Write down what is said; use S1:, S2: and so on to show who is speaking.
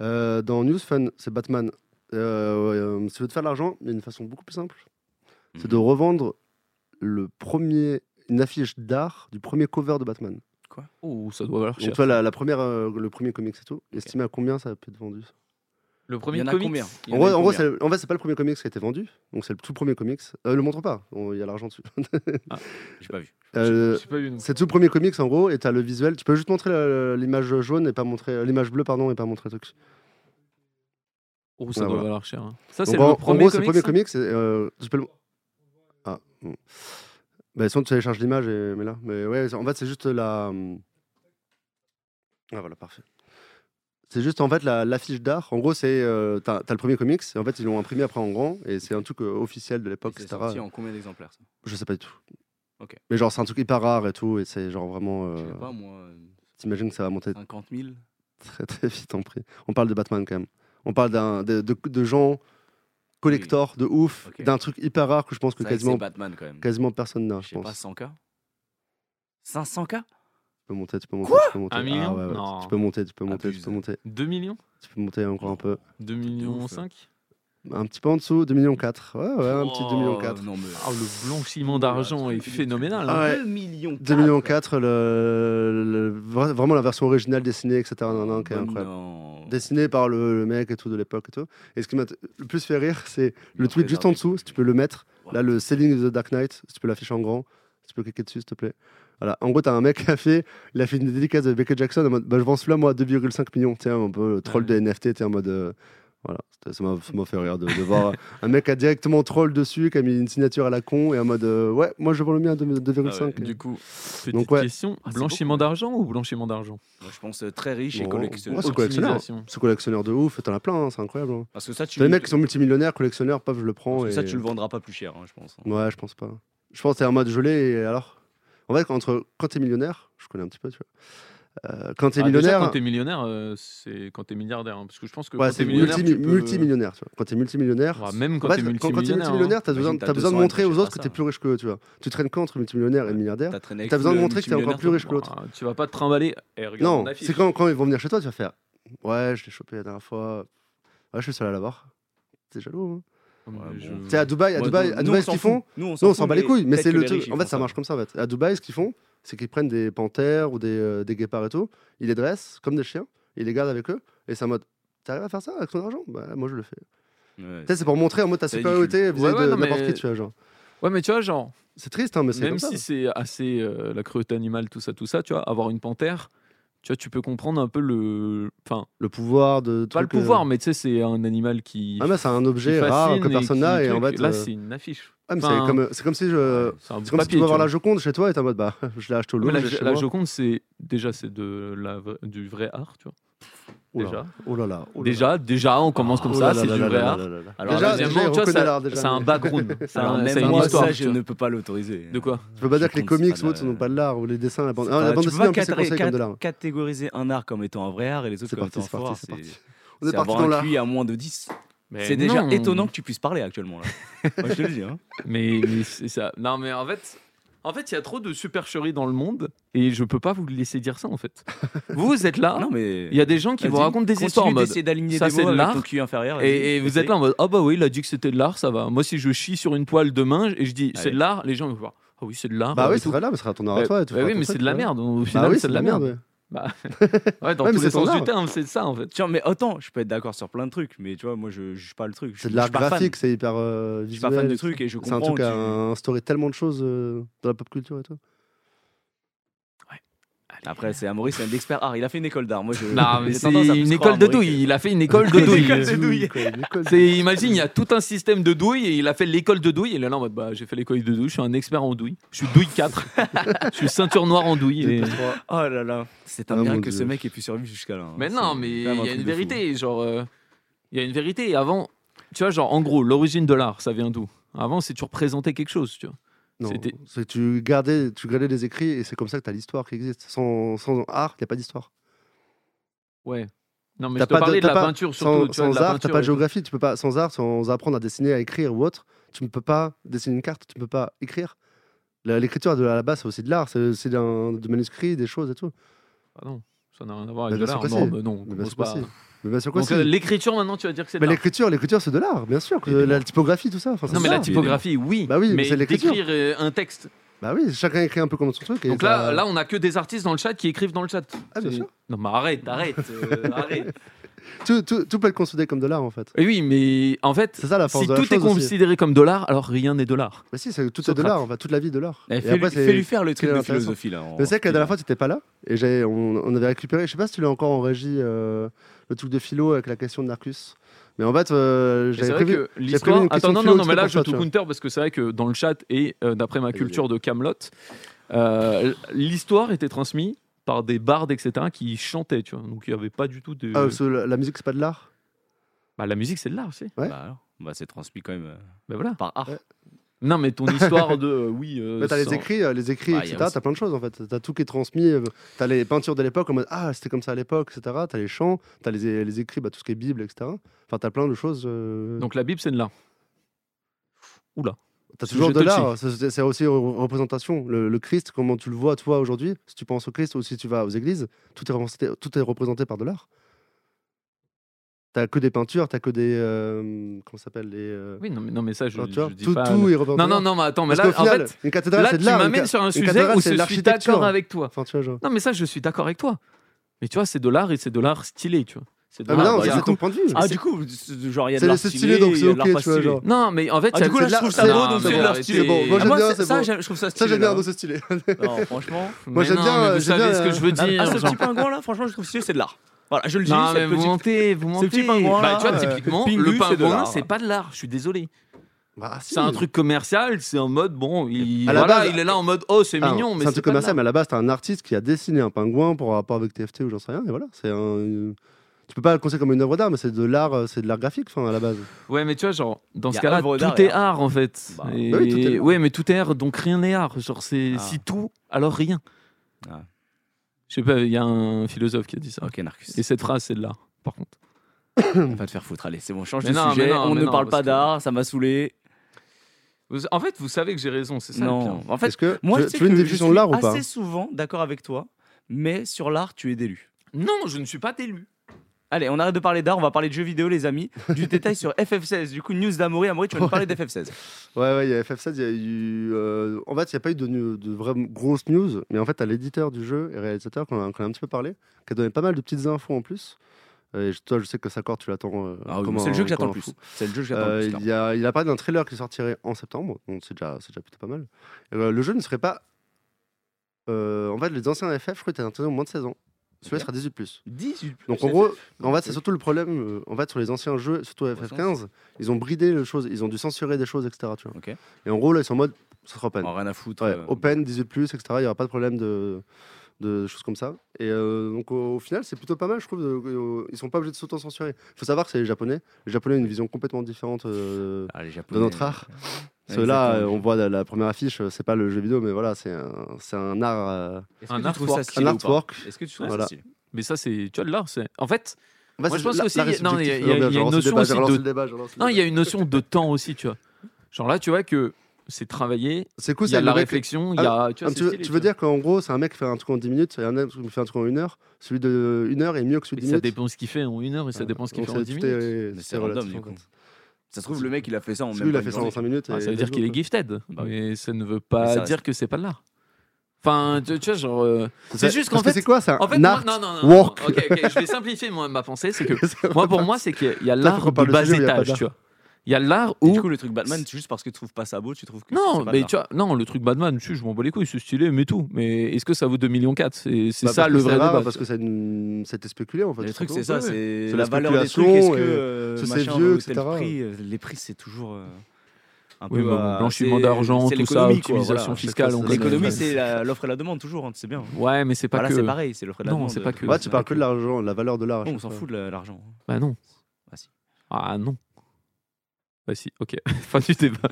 S1: Euh, dans News Fun, c'est Batman. Euh, ouais, euh, si tu veux te faire de l'argent, il y a une façon beaucoup plus simple.
S2: Mhm.
S1: C'est de revendre le premier, une affiche d'art du premier cover de Batman.
S2: Quoi Ouh, Oh, ça doit valoir
S1: Donc,
S2: cher.
S1: tu vois, la, la première, euh, le premier comics et tout, estimé à combien ça peut être vendu ça
S3: Le
S2: Il
S3: premier
S2: y en a
S3: comics.
S2: combien Il y
S1: En
S2: en a
S1: vrai, en vrai,
S2: combien
S1: c'est en vrai, c'est pas le premier comics qui a été vendu, donc c'est le tout premier comics. Euh, le montre pas, on- il y a l'argent dessus.
S2: J'ai pas vu.
S1: Euh,
S3: J'ai pas vu non.
S1: c'est le tout premier comics en gros, et t'as le visuel. Tu peux juste montrer la- l'image jaune et pas montrer l'image bleue, pardon, et pas montrer le truc.
S4: Oh,
S2: Ouh, ça
S1: Ouais,
S2: doit
S1: voilà.
S2: valoir cher. hein. Ça,
S1: Donc,
S2: c'est
S1: en,
S2: le
S1: en
S2: premier
S1: gros, c'est le premier
S2: comics.
S1: comics. et, euh, tu peux le- Ah. bon. Bah, sinon, tu télécharges l'image, et... mais là. Mais ouais, c'est- en fait, c'est juste la. hmm. Ah, voilà, parfait. C'est juste en fait la- l'affiche d'art. En gros, c'est. euh, T'as t'as le premier comics, et en fait, ils l'ont imprimé après en grand, et c'est un truc euh, officiel de l'époque,
S2: C'est
S1: etc.
S2: sorti en combien d'exemplaires ça
S1: Je sais pas du tout.
S2: Ok.
S1: Mais genre, c'est un truc hyper rare et tout, et c'est genre vraiment.
S2: Je
S1: euh,
S2: sais pas, moi, euh,
S1: T'imagines que ça va monter
S2: 50 000
S1: très très vite en prix. On parle de Batman quand même. On parle d'un, de, de- de gens collector de ouf,
S2: Ok.
S1: d'un truc hyper rare que je pense que
S2: C'est vrai que C'est
S1: quasiment,
S2: Batman quand même.
S1: quasiment personne n'a,
S2: Je
S1: je
S2: sais
S1: pense.
S2: pas, 100K
S1: Tu
S2: 500K
S1: peux monter, tu peux monter, tu peux monter.
S4: Un
S1: Ah
S4: million
S1: ouais, ouais.
S4: Non.
S1: Tu peux monter, tu peux monter, tu
S2: Abuse.
S1: peux monter.
S4: 2 millions
S1: Tu peux monter encore un peu.
S4: 2 millions
S2: ouf.
S4: 5
S1: Un petit peu en dessous, 2 millions 4. Ouais, ouais, un petit 2 millions 4.
S2: Oh, Non, mais...
S4: Ah, le blanchiment d'argent est phénoménal. hein.
S1: Ah ouais.
S2: 2 millions
S1: 2 millions 4, le, le- vra- vraiment la version originale dessinée, etc. nan, nan, qui est incroyable.
S2: Non.
S1: Dessiné par le, le mec et tout de l'époque et tout. Et ce qui m'a t- le plus fait rire, c'est le
S2: m'a
S1: tweet
S2: fait
S1: juste
S2: rire.
S1: en dessous, si tu peux le mettre.
S2: Ouais.
S1: Là, le Selling of the Dark Knight, si tu peux l'afficher en grand, si tu peux cliquer dessus, s'il te plaît. Voilà. En gros, t'as un mec qui a fait, il a fait une dédicace de Becky Jackson en mode bah, Je vends celui-là, moi, à 2,5 millions. Tu sais, un peu le troll
S4: Ouais.
S1: de NFT, tu sais, en mode. euh, voilà, C'était- ça m'a ça m'a fait rire de, de voir un mec qui a directement troll dessus, qui a mis une signature à la con et en mode euh, Ouais, moi, je vends le mien à 2- 2,5.
S2: Ah ouais,
S4: Du coup, petite
S1: Donc, ouais.
S4: question
S2: Ah, c'est
S4: blanchiment
S2: beaucoup,
S4: d'argent ou blanchiment d'argent
S2: Moi, je pense euh, très riche et
S1: Bon,
S2: collectionneur.
S1: moi, c'est collectionneur.
S4: Optimisation.
S1: Ce collectionneur de ouf, t'en as plein, hein, c'est incroyable. hein.
S2: Parce que ça, tu,
S1: T'as des mecs qui sont multimillionnaires, collectionneurs, paf, je le prends.
S2: parce que
S1: et...
S2: ça, tu le vendras pas plus cher, hein, je pense.
S1: Ouais, je pense pas. Je pense que t'es en mode gelé et alors En vrai, entre, quand t'es millionnaire, je connais un petit peu, tu vois. euh, quand t'es
S4: Ah, déjà,
S1: millionnaire.
S4: quand t'es millionnaire, euh, c'est quand t'es milliardaire. hein, parce que je pense que
S1: ouais,
S4: quand t'es
S1: c'est
S4: millionnaire,
S1: multi-
S4: tu peux-
S1: multimillionnaire, tu vois. Quand t'es multimillionnaire.
S4: Ouais, même quand
S1: en fait,
S4: t'es
S1: quand- quand t'es
S4: multimillionnaire. hein.
S1: multimillionnaire, t'as
S2: Imagine,
S1: besoin,
S2: t'as
S1: t'as besoin de
S2: 200
S1: montrer
S2: euros,
S1: aux
S2: je
S1: autres
S2: sais
S1: que
S2: pas
S1: t'es
S2: ça.
S1: plus riche qu'eux, tu vois. Tu traînes quand entre multimillionnaire et milliardaire
S2: T'as traîné avec
S1: T'as besoin de
S2: le
S1: montrer que t'es encore plus riche que l'autre.
S4: hein. Ah, tu vas pas te trimballer. Eh, regarde
S1: Non,
S4: mon affiche.
S1: c'est quand, quand ils vont venir chez toi, tu vas faire Ouais, je l'ai chopé la dernière fois. Ouais, je suis le seul à l'avoir. T'es jaloux. Hein.
S4: Ouais,
S2: Ouais,
S4: mais je-
S2: bon.
S1: Tu sais, à Dubaï, à
S2: Moi,
S1: Dubaï,
S2: nous-
S1: à
S2: nous,
S1: Dubaï
S2: on
S1: ce
S2: s'en
S1: qu'ils
S2: fout.
S1: font,
S2: Nous, on
S1: Non,
S2: s'en
S1: on s'en
S2: fout,
S1: bat les couilles, mais
S2: peut-être
S1: c'est
S2: que
S1: le
S2: les
S1: truc.
S2: riches,
S1: En
S2: ils
S1: fait,
S2: font
S1: ça marche comme ça. En fait. À Dubaï, ce qu'ils font, c'est qu'ils prennent des panthères ou des, euh, des guépards et tout, ils les dressent comme des chiens, ils les gardent avec eux, et c'est en mode T'arrives à faire ça avec ton argent Bah, moi je le fais. Tu
S2: Ouais.
S1: sais, c'est pour montrer en mode ta
S2: C'est
S1: supériorité
S4: ridicule.
S1: vis-à-vis
S4: Ouais, ouais,
S1: de
S4: non,
S1: n'importe
S4: mais-
S1: qui, tu vois. Genre.
S4: Ouais, mais tu vois, genre,
S1: C'est triste, hein, mais c'est
S4: même
S1: comme ça.
S4: si c'est assez euh, la cruauté animale, tout ça, tout ça, tu vois, avoir une panthère, tu vois, tu peux comprendre un peu le. Enfin,
S1: Le pouvoir de.
S4: pas le
S1: truc, euh,
S4: pouvoir, mais tu sais, c'est un animal qui.
S1: Ah, mais c'est un
S4: qui
S1: objet rare
S4: fascine
S1: que personne
S4: qui
S1: n'a, et en
S4: truc.
S1: fait.
S4: Là,
S1: euh,
S4: c'est une affiche.
S1: ah, mais
S4: enfin,
S1: C'est comme, c'est comme si je.
S4: C'est un
S1: C'est comme si tu
S4: papier,
S1: vas voir
S4: vois.
S1: la Joconde chez toi et t'es en mode bah je l'ai acheté au
S4: Mais
S1: Louvre.
S4: la,
S1: je l'ai chez
S4: la
S1: moi.
S4: Joconde, c'est déjà c'est de la v- du vrai art, tu vois.
S1: Oh là,
S4: déjà.
S1: Oh là là. oh là là.
S4: Déjà, déjà, on commence comme
S1: Oh
S4: ça,
S1: là
S4: c'est
S1: là
S4: du
S1: là
S4: vrai
S1: là
S4: art.
S1: là là là.
S2: Alors,
S1: Déjà,
S2: deuxième-
S1: déjà, il
S4: tu vois,
S1: reconnaît
S4: ça,
S1: l'art, déjà,
S4: c'est un
S1: mais-
S4: background. c'est
S2: Alors,
S4: un-
S2: même euh,
S4: c'est une
S2: moi,
S4: histoire.
S2: ça,
S4: tu
S2: je
S4: vois.
S2: ne peux pas l'autoriser.
S4: De quoi
S1: Je peux pas
S2: Je
S1: dire que les
S2: compte, c'est
S1: comics
S2: pas
S1: ou
S2: de-
S1: autres n'ont pas de l'art ou les dessins, la bande,
S2: C'est
S1: ah, la
S2: pas-
S1: bande
S2: tu peux
S1: dessinée
S2: pas
S1: en plus c'est
S2: caté-
S1: conseillé comme de l'art.
S2: cat- catégoriser un art comme étant un vrai art et les autres
S1: C'est
S2: comme
S1: parti,
S2: étant
S1: c'est
S2: faux art.
S1: parti, c'est
S2: C'est
S1: parti. On est
S2: c'est
S1: parti
S2: avoir
S1: dans
S2: un
S1: l'art.
S2: QI à moins de 10.
S4: Mais
S2: C'est déjà
S4: non.
S2: étonnant que tu puisses parler actuellement. Là. Moi, je te le dis. Hein.
S4: Mais, mais c'est ça. Non, mais en fait, en fait, il y a trop de supercheries dans le monde et je peux pas vous laisser dire ça en fait. Vous, vous êtes là.
S2: Non, mais.
S4: Ah. Il y a des gens qui vous
S2: Vas-y,
S4: racontent des
S2: continue
S4: histoires en mode.
S2: d'essayer d'aligner
S4: ça,
S2: des
S4: c'est
S2: mots
S4: de
S2: avec
S4: l'art.
S2: ton QI inférieur. vas-y,
S4: Et, et vous
S2: essaye.
S4: êtes là en mode ah bah oui, il a dit que c'était de l'art, ça va. Moi, si je chie sur une toile demain et je dis c'est
S2: Allez.
S4: de l'art, les gens vont voir ah oui, c'est de l'art.
S1: Bah
S4: euh,
S1: oui,
S4: et
S1: c'est
S4: tout.
S1: vrai là, mais ça sera ton art
S4: Bah-
S1: à toi. et tu
S4: bah
S1: feras
S4: oui,
S1: ton
S4: mais
S1: truc,
S4: c'est de
S1: tu
S4: la
S1: vois.
S4: merde. Au final,
S1: Bah oui,
S4: c'est de la merde. Ouais, dans
S1: Ouais, mais
S4: tous les
S1: c'est ton
S4: sens du
S1: art.
S4: terme, c'est ça en fait.
S2: Tiens, mais autant, je peux être d'accord sur plein de trucs, mais tu vois, moi, je juge pas le truc. Je-
S1: C'est de
S2: je
S1: l'art
S2: suis pas fan.
S1: graphique, c'est hyper euh,
S2: Je suis pas fan
S1: visuel.
S2: du truc et je
S1: C'est un
S2: comprends.
S1: truc
S2: que
S1: à
S2: tu-
S1: instaurer tellement de choses euh, dans la pop culture et tout.
S2: Après, c'est Amaury, c'est un expert art. Il a fait une école d'art. Moi, je.
S4: Non, mais
S2: j'ai
S4: c'est
S2: tendance à plus
S4: une
S2: croire
S4: école de
S2: Amaury que-
S4: douille. Il a fait une école de
S2: Une
S4: douille.
S2: école de douille.
S1: Quoi, une école.
S4: C'est- Imagine, il y a tout un système de douille et il a fait l'école de douille. Et là, là, en mode, bah, j'ai fait l'école de douille, je suis un expert en douille. Je suis douille 4. je suis ceinture noire en douille. et-
S2: Oh là là. C'est un
S1: Ah,
S2: miracle
S1: mon
S2: que ce
S1: Dieu.
S2: mec ait pu survivre jusqu'à là. hein.
S4: Mais
S2: C'est
S4: non,
S2: quand
S4: mais
S2: même
S4: il y
S2: un
S4: a
S2: truc
S4: une
S2: de fou.
S4: vérité. Genre, euh, il y a une vérité. Avant, tu vois, genre, en gros, l'origine de l'art, ça vient d'où Avant, c'est tu représentais quelque chose, tu vois.
S1: Non,
S4: C'était-
S1: c'est que tu gardais, tu gardais les écrits et c'est comme ça que t'as l'histoire qui existe. Sans, sans art, il n'y a pas d'histoire.
S4: Ouais. Non, mais
S1: T'as
S4: je te
S1: pas de-
S4: parlais de,
S1: t'as
S4: la
S1: pas-
S4: peinture surtout.
S1: Sans,
S4: tu vois, de
S1: sans
S4: la
S1: art, t'as
S4: peinture
S1: pas
S4: et
S1: de
S4: tout.
S1: géographie. Tu peux pas, sans art, sans apprendre à dessiner, à écrire ou autre, tu ne peux pas dessiner une carte. Tu ne peux pas écrire. La- L'écriture de- à la base, c'est aussi de l'art. C'est c'est d'un- du manuscrit, des choses et tout.
S4: Ah non, ça n'a rien à voir
S1: Mais
S4: avec de
S1: bien sûr
S4: l'art.
S1: que
S4: Non,
S1: si.
S4: bah non, on
S1: Mais bien
S4: commence
S1: sûr que
S4: pas.
S1: si. Mais bien sûr que
S4: Donc
S1: si.
S4: euh, l'écriture maintenant, tu vas dire que c'est. de
S1: Mais
S4: l'art.
S1: l'écriture, l'écriture, c'est de l'art, bien sûr. que
S2: Évidemment.
S1: la typographie, tout ça. enfin,
S4: Non
S1: c'est
S4: mais
S1: de
S4: la
S1: l'art.
S4: typographie, oui.
S1: Bah oui, mais
S4: mais
S1: c'est l'écriture.
S4: d'écrire euh, un texte.
S1: Bah oui, chacun écrit un peu comme son truc. et
S4: Donc là,
S1: ça-
S4: là, on a que des artistes dans le chat qui écrivent dans le chat.
S1: Ah, bien
S4: C'est-
S1: sûr.
S4: Non mais arrête, arrête, euh, arrête.
S1: Tout, tout- tout peut être considéré comme de l'art, en fait.
S4: Et oui, mais en fait,
S1: C'est ça la force
S4: si
S1: de la
S4: tout est
S1: chose aussi.
S4: considéré comme de l'art, alors rien n'est de l'art.
S1: Bah si, c'est- tout est de
S4: Socrate.
S1: l'art, en fait, toute la vie est de l'art.
S2: Eh,
S1: Et
S2: Fais-lui
S1: après, c'est-
S2: fais lui faire le truc
S1: c'est
S2: de
S1: intéressant.
S2: philosophie là.
S1: Mais c'est vrai que la dernière fois, tu n'étais pas là. Et j'avais- on, on avait récupéré, je sais pas si tu l'as encore en régie, euh, le truc de philo avec la question de Narcus. Mais en fait, euh,
S4: Et C'est
S1: j'avais
S4: vrai
S1: prévu.
S4: que l'histoire.
S1: une question
S4: Attends, non,
S1: philo
S4: non, non, mais
S1: exprès
S4: là,
S1: pour
S4: je
S1: toi,
S4: tout
S1: tu vois.
S4: counter parce que c'est vrai que dans le chat et euh, d'après ma
S1: Vas-y,
S4: culture de Camelot, euh, l'histoire était transmise par des bardes, etc., qui chantaient, tu vois. Donc il n'y avait pas du tout de.
S1: Ah, parce que la, la musique, c'est pas de l'art
S4: Bah, la musique, c'est de l'art, c'est.
S1: Ouais.
S2: Bah, alors. Bah, c'est transmis quand même euh,
S4: Bah voilà.
S2: par art.
S1: Ouais.
S4: Non, mais ton histoire de. euh, oui. euh,
S1: Mais T'as
S4: sans-
S1: les écrits, euh, les écrits,
S2: Bah, y a
S1: etc.
S2: aussi-
S1: T'as plein de choses en fait. T'as tout qui est transmis. euh, T'as les peintures de l'époque en mode ah c'était comme ça à l'époque, etc. T'as les chants, t'as les, les écrits, bah, tout ce qui est Bible, etc. Enfin t'as plein de choses. euh,
S4: Donc la Bible, c'est de l'art.
S1: T'as
S4: Sujet
S1: toujours de
S4: touchy.
S1: l'art, ça, c'est c'est aussi re- représentation. Le, le Christ, comment tu le vois toi aujourd'hui, si tu penses au Christ ou si tu vas aux églises, tout est représenté, tout est représenté par de l'art. T'as que des peintures, t'as que des. euh, comment ça s'appelle Les euh,
S4: Oui, non, mais, non, mais ça, je,
S1: peintures.
S4: je dis
S1: Tout,
S4: pas.
S1: tout est représenté.
S4: Non, non, non, mais attends, mais
S1: Parce qu'au
S4: là, en
S1: final,
S4: fait,
S1: une cathédrale,
S4: là,
S1: c'est de
S4: tu
S1: l'art. une
S4: m'amènes
S1: ca-
S4: sur un sujet
S1: cathédrale,
S4: où
S1: c'est
S4: je suis
S1: l'architecture.
S4: d'accord avec toi.
S1: Enfin, tu vois, genre.
S4: Non, mais ça, je suis d'accord avec toi. Mais tu vois, c'est de l'art et c'est de l'art stylé, tu vois. C'est de
S1: Ah, mais
S4: l'art,
S1: non,
S2: bah,
S4: voilà.
S1: c'est ton point de vue.
S2: Ah, du coup, c'est- genre, il y a de
S1: C'est-
S2: l'art
S1: c'est stylé,
S2: stylé,
S1: donc
S2: il y
S1: c'est
S2: a de
S1: ok,
S2: l'art pas
S1: tu vois,
S2: stylé.
S1: genre.
S4: Non, mais en fait,
S2: Ah,
S4: il y a
S2: du coup,
S4: que
S2: là,
S4: de
S2: je
S4: l'art-
S2: trouve
S1: c'est
S2: ça beau,
S1: bon,
S2: donc
S1: c'est
S2: c'est de
S1: bon,
S2: l'art
S1: c'est
S2: stylé.
S1: bon. Moi,
S2: Ah,
S1: j'aime
S2: moi,
S1: bien,
S2: ça-
S1: c'est
S2: ça,
S1: beau.
S2: j'aime- je trouve ça
S1: Ça
S2: stylé.
S1: j'aime bien,
S2: hein.
S1: non, c'est stylé.
S2: Non, franchement.
S1: Moi,
S4: Mais
S1: j'aime
S4: non,
S1: bien,
S4: mais
S1: euh,
S4: vous
S1: j'aime
S4: savez
S1: bien,
S4: ce que
S1: euh,
S4: je veux
S2: Ah,
S4: dire.
S2: ce
S4: genre.
S2: petit pingouin là, franchement, je trouve que c'est de l'art. Voilà, je le dis,
S4: Non, mais
S2: cette
S4: vous
S2: petite.
S4: mentez, vous mentez.
S2: petit pingouin,
S4: Bah, tu vois,
S2: euh,
S4: typiquement,
S2: Pingu,
S4: le
S2: c'est de
S4: pingouin,
S2: l'art.
S4: c'est pas de l'art, Ah, je suis désolé.
S1: Bah, si.
S4: C'est un truc commercial, c'est en mode, bon, il,
S1: À la
S4: voilà,
S1: base-
S4: il est là en mode, oh, c'est
S1: Ah,
S4: mignon, mais
S1: c'est un
S4: c'est
S1: truc
S4: pas de
S1: commercial,
S4: l'art.
S1: mais à la base, t'as un artiste qui a dessiné un pingouin pour un rapport avec TFT ou j'en sais rien, et voilà. C'est un. Tu peux pas le considérer comme une œuvre d'art, mais c'est de l'art, euh, c'est de l'art graphique, enfin, à la base.
S4: Ouais, mais tu vois, genre, dans
S2: Y
S4: ce
S2: a
S4: cas-là,
S2: œuvre d'art
S4: tout
S2: et
S4: est
S2: art.
S4: art, en fait.
S2: Bah,
S4: Et-
S1: bah oui, tout est art.
S4: Ouais, mais tout est art, donc rien n'est art. Genre, c'est
S2: Ah.
S4: si tout, alors rien.
S2: Ah.
S4: Je sais pas, il y a un philosophe qui a dit ça.
S2: Ok, Narcus.
S4: Et cette phrase, c'est de l'art, par contre.
S2: On va te faire foutre, allez, c'est bon, change
S4: Mais
S2: de
S4: non, mais
S2: sujet.
S4: non,
S2: On
S4: mais
S2: ne
S4: non,
S2: parle pas
S4: parce que-
S2: d'art, ça m'a saoulé.
S4: Vous- En fait, vous savez que j'ai raison, c'est ça. le pire.
S2: Non, en fait,
S1: Est-ce que
S2: moi,
S1: tu,
S2: je sais
S1: tu veux une
S2: que je
S1: définition
S2: suis
S1: de l'art ou pas
S2: assez souvent d'accord avec toi, mais sur l'art, tu es délu.
S4: Non, je ne suis pas élu.
S2: Allez, on arrête de parler d'art, on va parler de jeux vidéo, les amis. Du détail sur FF16. Du coup, news d'Amaury. Amaury, tu vas nous parler d'FF16.
S1: Ah Ouais, ouais, il y a FF7, il y a eu. euh, En fait, il n'y a pas eu de, nu- de vraies grosses news, mais en fait, t'as l'éditeur du jeu et réalisateur qu'on a, qu'on a un petit peu parlé, qui a donné pas mal de petites infos en plus. Et je- toi, je sais que ça corps, tu l'attends. euh,
S2: Ah oui,
S1: comme
S2: C'est le
S1: un-
S2: jeu que j'attends
S1: comme
S2: le
S1: un
S2: plus.
S1: fou.
S2: C'est le jeu que j'attends
S1: Euh,
S2: le plus.
S1: il, y a, il a parlé d'un trailer qui sortirait en septembre, donc c'est déjà, c'est déjà plutôt pas mal. Euh, le jeu ne serait pas. euh, en fait, les anciens FF, je crois, étaient interdits au moins de 16 ans. Celui-là
S2: Ok.
S1: sera 18. Plus.
S2: 18
S1: Donc en gros, en fait, c'est surtout le problème. euh, en fait, sur les anciens jeux, surtout FF15, ils ont bridé les choses, ils ont dû censurer des choses, etc. Tu vois.
S2: Ok.
S1: Et en gros, là, ils sont en mode, ça sera open.
S2: rien à foutre.
S1: Ouais,
S2: euh,
S1: open, 18, plus, etc. Il n'y aura pas de problème de, de choses comme ça. Et euh, donc, au, au final, c'est plutôt pas mal, je trouve. de- euh, ils sont pas obligés de s'auto-censurer. Il faut savoir que c'est les Japonais. Les Japonais ont une vision complètement différente euh,
S2: ah, les Japonais.
S1: de notre art.
S2: Ouais,
S1: Ceux-là, euh,
S2: exactement.
S1: on voit la, la première affiche, euh, c'est pas le jeu vidéo, mais voilà, c'est un, c'est un art, euh,
S2: Est-ce
S4: Un
S2: que tu trouves ça
S4: artwork.
S1: un
S2: stylé ou pas
S1: artwork.
S2: Est-ce que tu trouves
S1: Voilà.
S2: ça stylé
S4: Mais ça, c'est. Tu vois, de l'art, c'est. En fait,
S1: Bah,
S4: Moi,
S1: c'est-
S4: je pense
S1: l'art
S4: qu'aussi,
S1: est
S4: il y a- non,
S1: subjectif.
S4: il y a- il y
S1: bien,
S4: a- il y a
S1: j'ai
S4: une
S1: relancé le
S4: notion
S1: débat, j'ai
S4: aussi
S1: relancé
S4: de-
S1: le débat, j'ai relancé le
S4: Non, il y a
S1: débat.
S4: une notion de temps aussi, tu vois. Genre là, tu vois que c'est travaillé,
S1: C'est cool,
S4: il y a
S1: c'est
S4: de la
S1: le mec-
S4: réflexion, il
S1: Ah,
S4: y a. Tu,
S1: Ah,
S4: vois, c'est
S1: tu, veux-
S4: stylé,
S1: tu
S4: tu
S1: veux
S4: vois.
S1: dire qu'en gros, c'est un mec qui fait un truc en 10 minutes, et un mec qui fait un truc en 1 heure, celui de 1 heure est mieux que celui
S4: Et
S1: de 10
S4: ça
S1: minutes.
S4: dépend ce qu'il fait en une heure et ça
S1: Ouais.
S4: dépend ce qu'il
S1: Donc,
S4: fait en
S1: c'est-
S4: 10
S1: tout est-
S4: minutes.
S1: c'est
S2: c'est random,
S1: relatif,
S2: du
S1: en
S2: coup.
S1: fait.
S2: Ça se trouve, le mec, il a fait ça en
S1: Celui,
S2: même
S1: il
S2: pas
S1: a
S2: une
S1: fait ça
S2: journée.
S1: en 5 minutes.
S4: Ah, ça
S1: et
S4: veut dire qu'il est gifted.
S2: Bah oui.
S4: Mais ça ne veut
S2: Mais ça
S4: pas
S2: reste-
S4: dire que c'est pas de l'art. Enfin, tu, tu vois, genre. euh, C'est juste qu'en
S1: Parce que
S4: fait-
S1: C'est quoi ça
S4: En fait,
S1: Un
S4: moi,
S1: art
S4: non, non, non. non.
S1: walk.
S4: Ok, ok, je vais simplifier moi, ma pensée. C'est que
S1: C'est
S4: moi, pour moi, c'est qu'il y a- il y a
S1: faut
S4: l'art
S1: qu'on
S4: de
S1: parle de
S4: bas
S1: sujet où il y a pas
S4: étage,
S1: d'art.
S4: tu vois. Il y a l'art
S2: Et
S4: où.
S2: du coup, le truc Batman, c'est juste parce que tu trouves pas ça beau, tu trouves que
S4: Non,
S2: c'est pas de
S4: mais
S2: l'art.
S4: tu vois, non, le truc Batman, je, je m'en bats les couilles, c'est stylé, mais tout. Mais est-ce que ça vaut 2 millions 4 C'est c'est
S1: Bah,
S4: ça
S1: parce
S4: le
S1: que
S4: vrai
S1: c'est rare,
S4: débat.
S1: Parce que c'est une- c'était spéculé en fait.
S2: le
S1: tout
S2: truc, c'est
S1: simplement.
S2: ça,
S1: Ouais, ouais.
S2: c'est
S1: C'est
S2: la
S1: la
S2: valeur des trucs.
S1: spéculation
S2: Est-ce que
S1: et
S2: euh,
S1: ça, c'est
S2: machin,
S1: vieux,
S2: euh, tel
S1: etc.
S2: prix, euh, les prix, c'est toujours euh, un
S4: Oui,
S2: peu
S4: mais bon,
S2: euh,
S4: blanchiment
S2: c'est-
S4: d'argent,
S2: c'est
S4: tout ça,
S2: l'économie, quoi,
S4: optimisation
S2: voilà.
S4: fiscale, on
S1: C'est-
S4: connaît.
S2: L'économie, c'est la- l'offre et la demande toujours. hein, C'est bien.
S4: Ouais, mais c'est pas
S2: Voilà,
S4: que.
S2: c'est pareil, c'est l'offre et la
S4: Non,
S2: demande. euh.
S4: c'est pas que-
S1: Ouais, tu parles que de
S4: Ouais.
S1: l'argent, de la valeur de l'art.
S2: Bon, on s'en fout de la- l'argent.
S4: Bah non.
S2: Ah, si.
S4: Ah non. Bah si, ok. fin du débat.